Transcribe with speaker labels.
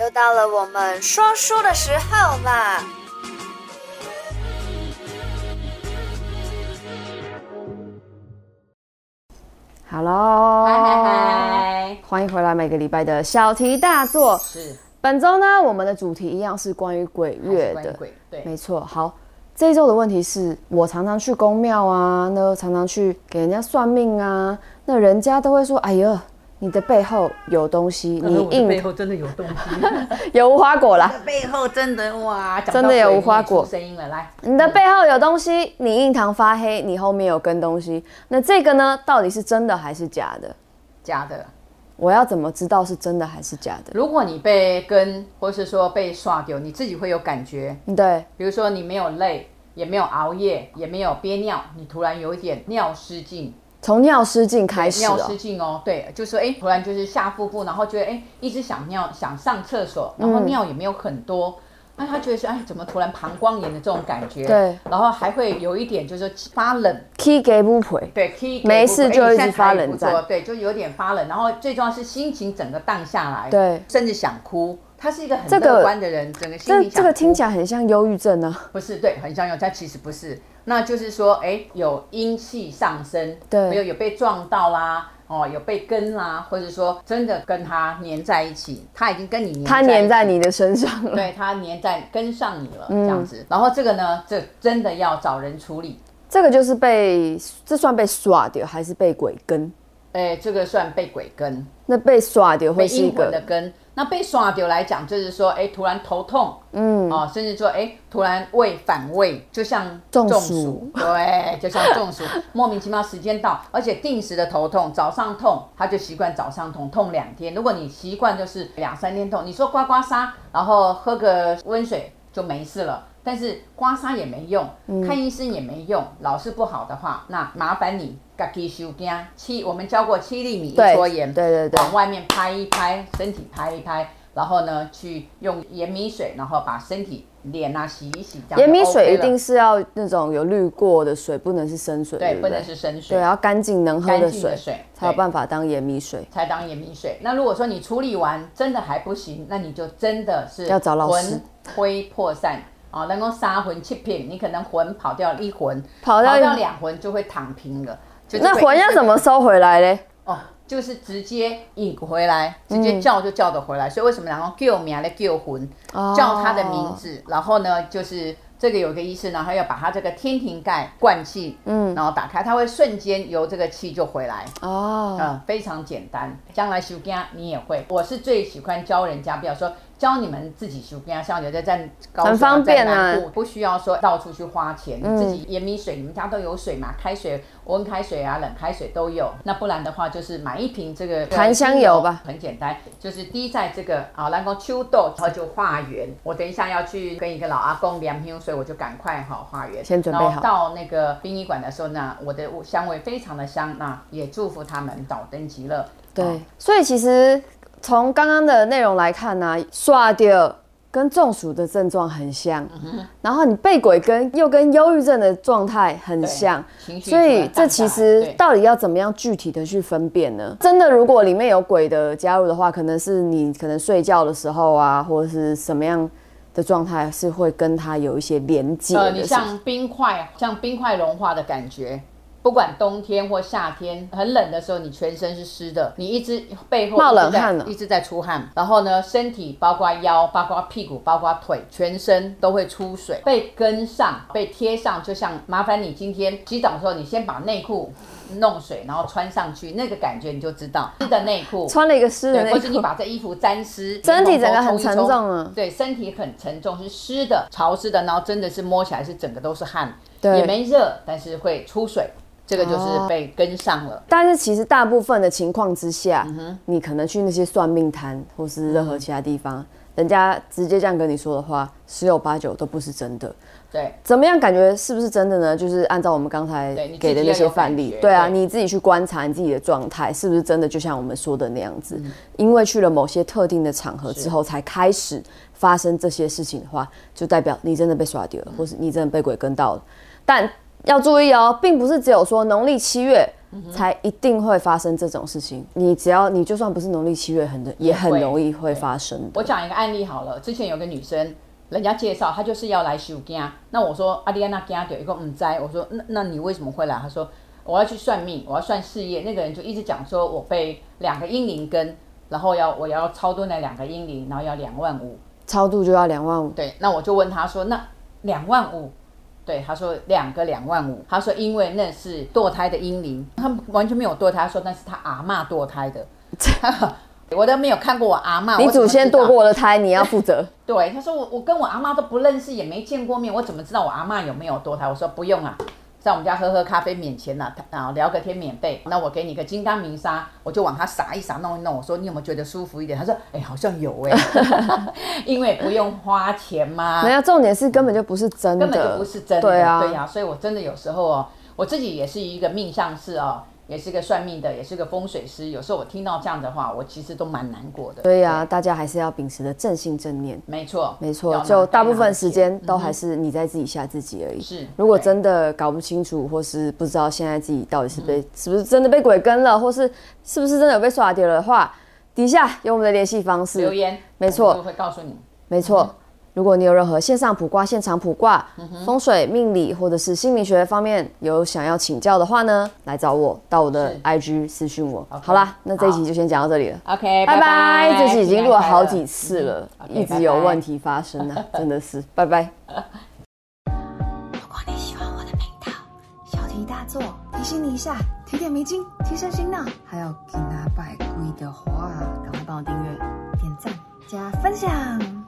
Speaker 1: 又到了我们说书的时候啦！
Speaker 2: Hello，
Speaker 3: 嗨嗨嗨，
Speaker 2: 欢迎回来每个礼拜的小题大做。
Speaker 3: 是
Speaker 2: 本周呢，我们的主题一样是关于鬼月
Speaker 3: 哦还是
Speaker 2: 的，
Speaker 3: 关于鬼对，
Speaker 2: 没错。好，这一周的问题是我常常去公庙啊，那常常去给人家算命啊，那人家都会说：“哎呀，你的背后有东西，
Speaker 3: 可是
Speaker 2: 你
Speaker 3: 我的背
Speaker 2: 硬
Speaker 3: 后真的有东西，
Speaker 2: 有无花果啦。”
Speaker 3: 背后真的哇，讲到
Speaker 2: 真的有
Speaker 3: 鬼
Speaker 2: 无花
Speaker 3: 你出
Speaker 2: 果
Speaker 3: 声音了，来，
Speaker 2: 你的背后有东西，你印堂发黑，你后面有跟东西，那这个呢，到底是真的还是假的？
Speaker 3: 假的。
Speaker 2: 我要怎么知道是真的还是假的？
Speaker 3: 如果你被跟，或是说被刷掉，你自己会有感觉，
Speaker 2: 对，
Speaker 3: 比如说你没有累，也没有熬夜，也没有憋尿，你突然有一点尿失禁，
Speaker 2: 从尿失禁开始
Speaker 3: 尿
Speaker 2: 哦、
Speaker 3: 失禁哦，对，就说哎，突然就是下腹部，然后觉得哎，一直想尿，想上厕所，然后尿也没有很多。那他觉得是哎，怎么突然膀胱炎的这种感觉？
Speaker 2: 对，
Speaker 3: 然后还会有一点就是说发冷，
Speaker 2: k 给不赔，
Speaker 3: 对，踢给
Speaker 2: 没
Speaker 3: 不
Speaker 2: 事
Speaker 3: 哎
Speaker 2: 就
Speaker 3: 你
Speaker 2: 一
Speaker 3: 现
Speaker 2: 直
Speaker 3: 在
Speaker 2: 发
Speaker 3: 还
Speaker 2: 冷
Speaker 3: 不
Speaker 2: 战
Speaker 3: 错对，就有点发冷，然后最重要是心情整个荡下来，
Speaker 2: 对
Speaker 3: 甚至想哭。他是一个很
Speaker 2: 这个
Speaker 3: 乐观的人，整个心
Speaker 2: 这
Speaker 3: 里
Speaker 2: 这
Speaker 3: 想
Speaker 2: 个
Speaker 3: 哭
Speaker 2: 听起来很像忧郁症啊。
Speaker 3: 不是对，很像有，但其实不是。那就是说，哎，有阴气上升，
Speaker 2: 对
Speaker 3: 没有有被撞到啦，哦，有被跟啦，或者说真的跟他粘在一起，他已经跟你粘，
Speaker 2: 它粘在，你的嗯身上 了，
Speaker 3: 对他粘在跟上你了，这样子。然后这个呢，这真的要找人处理，
Speaker 2: 这个就是被这算被耍掉还是被鬼跟？
Speaker 3: 哎，这个算被鬼跟，
Speaker 2: 那被耍掉会
Speaker 3: 被
Speaker 2: 是一
Speaker 3: 阴魂
Speaker 2: 个
Speaker 3: 的跟。那被刷掉来讲，就是说，哎，突然头痛，嗯，哦，甚至说，哎，突然胃反胃，就像
Speaker 2: 中暑
Speaker 3: 对，就像 中暑，莫名其妙时间到，而且定时的头痛，早上痛，他就习惯早上痛，痛两天。如果你习惯就是两三天痛，你说刮刮痧，然后喝个温水就没事了。但是刮痧也没用，
Speaker 2: 嗯
Speaker 3: 看医生也没用，老是不好的话，那麻烦你自己修家七，我们教过七厘米一
Speaker 2: 对
Speaker 3: 撮盐，
Speaker 2: 对对对
Speaker 3: 往外面拍一拍，身体拍一拍，然后呢，去用盐米水，然后把身体脸啊洗一洗，这样就
Speaker 2: 盐米水
Speaker 3: OK
Speaker 2: 一
Speaker 3: 了
Speaker 2: 定是要那种有滤过的水，不能是生水，
Speaker 3: 对，
Speaker 2: 不
Speaker 3: 不
Speaker 2: 对
Speaker 3: 能是生水
Speaker 2: 对，，要干净能喝
Speaker 3: 干
Speaker 2: 的
Speaker 3: 净的
Speaker 2: 水，
Speaker 3: 水
Speaker 2: 才有
Speaker 3: 对
Speaker 2: 办法当盐米水。
Speaker 3: 才当眼明水。那如果说你处理完真的还不行，那你就真的是
Speaker 2: 要找老师
Speaker 3: 魂飞魄散啊，能够杀魂七品，你可能魂跑掉一魂，
Speaker 2: 跑掉一
Speaker 3: 两魂就会躺平了。就是
Speaker 2: 那
Speaker 3: 会
Speaker 2: 魂
Speaker 3: 一
Speaker 2: 要
Speaker 3: 直
Speaker 2: 怎么收回来嘞？
Speaker 3: 哦，就是直接引回来，直
Speaker 2: 嗯
Speaker 3: 接叫就叫得回来。所以为什么然后救命来救魂，
Speaker 2: 哦
Speaker 3: 叫他的名字，然后呢，就是这个有一个医生，然后要把他这个天庭盖灌气，嗯，然后打开，他会瞬间由这个气就回来。
Speaker 2: 哦，
Speaker 3: 嗯，非常简单。将来修家你也会，我是最喜欢教人家，比方说教你们自己修家，像有的在高雄
Speaker 2: 很方便啊嗯
Speaker 3: 在南部不需要说到处去花钱，你自己盐米水，你们家都有水嘛，开水、温开水啊、冷开水都有。那不然的话，就是买一瓶这个
Speaker 2: 檀香油吧
Speaker 3: 很简单，就是滴在这个啊，然后秋豆，然后就化缘。我等一下要去跟一个老阿公量香，所以我就赶快哈化缘，
Speaker 2: 先准备好
Speaker 3: 然后到那个殡仪馆的时候呢，我的香味非常的香，那也祝福他们早登极乐。哦
Speaker 2: 对，所以其实从刚刚的内容来看呢、刷掉跟中暑的症状很像，
Speaker 3: 嗯
Speaker 2: 然后你被鬼跟又跟忧郁症的状态很
Speaker 3: 对
Speaker 2: 像，
Speaker 3: 情绪
Speaker 2: 所以
Speaker 3: 突然
Speaker 2: 这
Speaker 3: 荡
Speaker 2: 其
Speaker 3: 下
Speaker 2: 实
Speaker 3: 来对
Speaker 2: 到底要怎么样具体的去分辨呢？真的，如果里面有鬼的加入的话，可能是你可能睡觉的时候啊，或者是什么样的状态是会跟它有一些连接
Speaker 3: 呃，
Speaker 2: 的
Speaker 3: 你
Speaker 2: 是不是。
Speaker 3: 像冰块，像冰块融化的感觉。不管冬天或夏天，很冷的时候，你全身是湿的，你一直背后
Speaker 2: 冒
Speaker 3: 一直
Speaker 2: 冷
Speaker 3: 在
Speaker 2: 汗了
Speaker 3: 一直在出汗。然后呢，身体包括腰、包括屁股、包括腿，全身都会出水，被跟上、被贴上，就像麻烦你今天洗澡的时候，你先把内裤弄水，然后穿上去，那个感觉你就知道湿的内裤。
Speaker 2: 穿了一个湿的
Speaker 3: 对，
Speaker 2: 内
Speaker 3: 或是你
Speaker 2: 裤，
Speaker 3: 把这衣服沾湿，
Speaker 2: 身体
Speaker 3: 你用
Speaker 2: 整个
Speaker 3: 头
Speaker 2: 很
Speaker 3: 冲一
Speaker 2: 沉
Speaker 3: 冲
Speaker 2: 重啊
Speaker 3: 对，身体很沉重，是湿的、潮湿的，然后真的是摸起来是整个都是汗，
Speaker 2: 对
Speaker 3: 也没热，但是会出水，这个就是
Speaker 2: 哦
Speaker 3: 被跟上了。
Speaker 2: 但是其实大部分的情况之下，你可能去那些算命摊或是任何其他地方，人家直接这样跟你说的话，十有八九都不是真的。
Speaker 3: 对，
Speaker 2: 怎么样感觉是不是真的呢？就是按照我们刚才
Speaker 3: 对你自己
Speaker 2: 给的那些范
Speaker 3: 要有
Speaker 2: 例
Speaker 3: 感，觉
Speaker 2: 对啊，
Speaker 3: 对
Speaker 2: 你自己去观察你自己的状态是不是真的，就像我们说的那样
Speaker 3: 嗯
Speaker 2: 子。因为去了某些特定的场合之后，才开始
Speaker 3: 嗯
Speaker 2: 发生这些事情的话，就代表你真的被耍丢了，或是你真的被鬼跟到了。但要注意哦，并不是只有说农历七月
Speaker 3: 嗯
Speaker 2: 才一定会发生这种事情，你只要你就算不是农历七月，很也很
Speaker 3: 会
Speaker 2: 容易会发生的。
Speaker 3: 我讲一个案例好了，之前有个女生，人家介绍她就是要来修家，那我说阿丽安娜家有一个嗯灾，我说那那你为什么会来？她说我要去算命，我要算事业。那个人就一直讲说我被两个阴灵跟，然后要我要超度那两个阴灵，然后要两万五。
Speaker 2: 超度就要两万五，
Speaker 3: 对，那我就问他说，那两万五？对，他说两个两万五，他说因为那是堕胎的婴灵，他完全没有堕胎，他说那是他阿嬷堕胎的， 我都没有看过我阿嬷，
Speaker 2: 你
Speaker 3: 啊我怎
Speaker 2: 祖
Speaker 3: 么
Speaker 2: 先
Speaker 3: 知道
Speaker 2: 堕过的胎，你要负责。
Speaker 3: 对，他说我我跟我阿妈都不认识，也没见过面，我怎么知道我阿妈有没有堕胎？我说不用啊，在我们家喝喝咖啡免钱呐、啊，啊聊个天免费。那我给你个金刚明砂，我就往他撒一撒，弄一弄。我说你有没有觉得舒服一点？他说哎、好像有哎、 因为不用花钱嘛。
Speaker 2: 没有，重点是根本就不是真的，
Speaker 3: 根本就不是真的。
Speaker 2: 对啊，
Speaker 3: 所以我真的有时候哦，我自己也是一个命相师哦，也是个算命的，也是个风水师。有时候我听到这样的话，我其实都蛮难过的。
Speaker 2: 所以啊，大家还是要秉持着正信正念。
Speaker 3: 没错，
Speaker 2: 没
Speaker 3: 要
Speaker 2: 错，
Speaker 3: 拿
Speaker 2: 就
Speaker 3: 该
Speaker 2: 大部
Speaker 3: 拿
Speaker 2: 分
Speaker 3: 的
Speaker 2: 时
Speaker 3: 钱
Speaker 2: 间都还是你在自己吓自己而已。
Speaker 3: 嗯是
Speaker 2: 如果
Speaker 3: 对
Speaker 2: 真的搞不清楚，或是不知道现在自己到底是
Speaker 3: 嗯
Speaker 2: 被、是不是真的被鬼跟了，或是是不是真的有被耍掉的话，底下有我们的联系方式。
Speaker 3: 留言，
Speaker 2: 没错
Speaker 3: 我们就会告诉你。
Speaker 2: 没错，如果你有任何线上卜卦、现场卜卦、风水、命理或者是心理学方面有想要请教的话呢，来找我，到我的
Speaker 3: 是
Speaker 2: IG 私讯我。好啦，那这一集就先讲到这里了。
Speaker 3: OK，
Speaker 2: 拜拜！这
Speaker 3: 期
Speaker 2: 期已经录了好几次了，
Speaker 3: 嗯 OK，
Speaker 2: 一直有
Speaker 3: 拜拜
Speaker 2: 问题发生啊，真的是，拜拜。
Speaker 4: 如果你喜欢我的频道，小题大做，提醒你一下，提点迷津，提升醒脑。还有给他拜龟的话，赶快帮我订阅、点赞、加分享。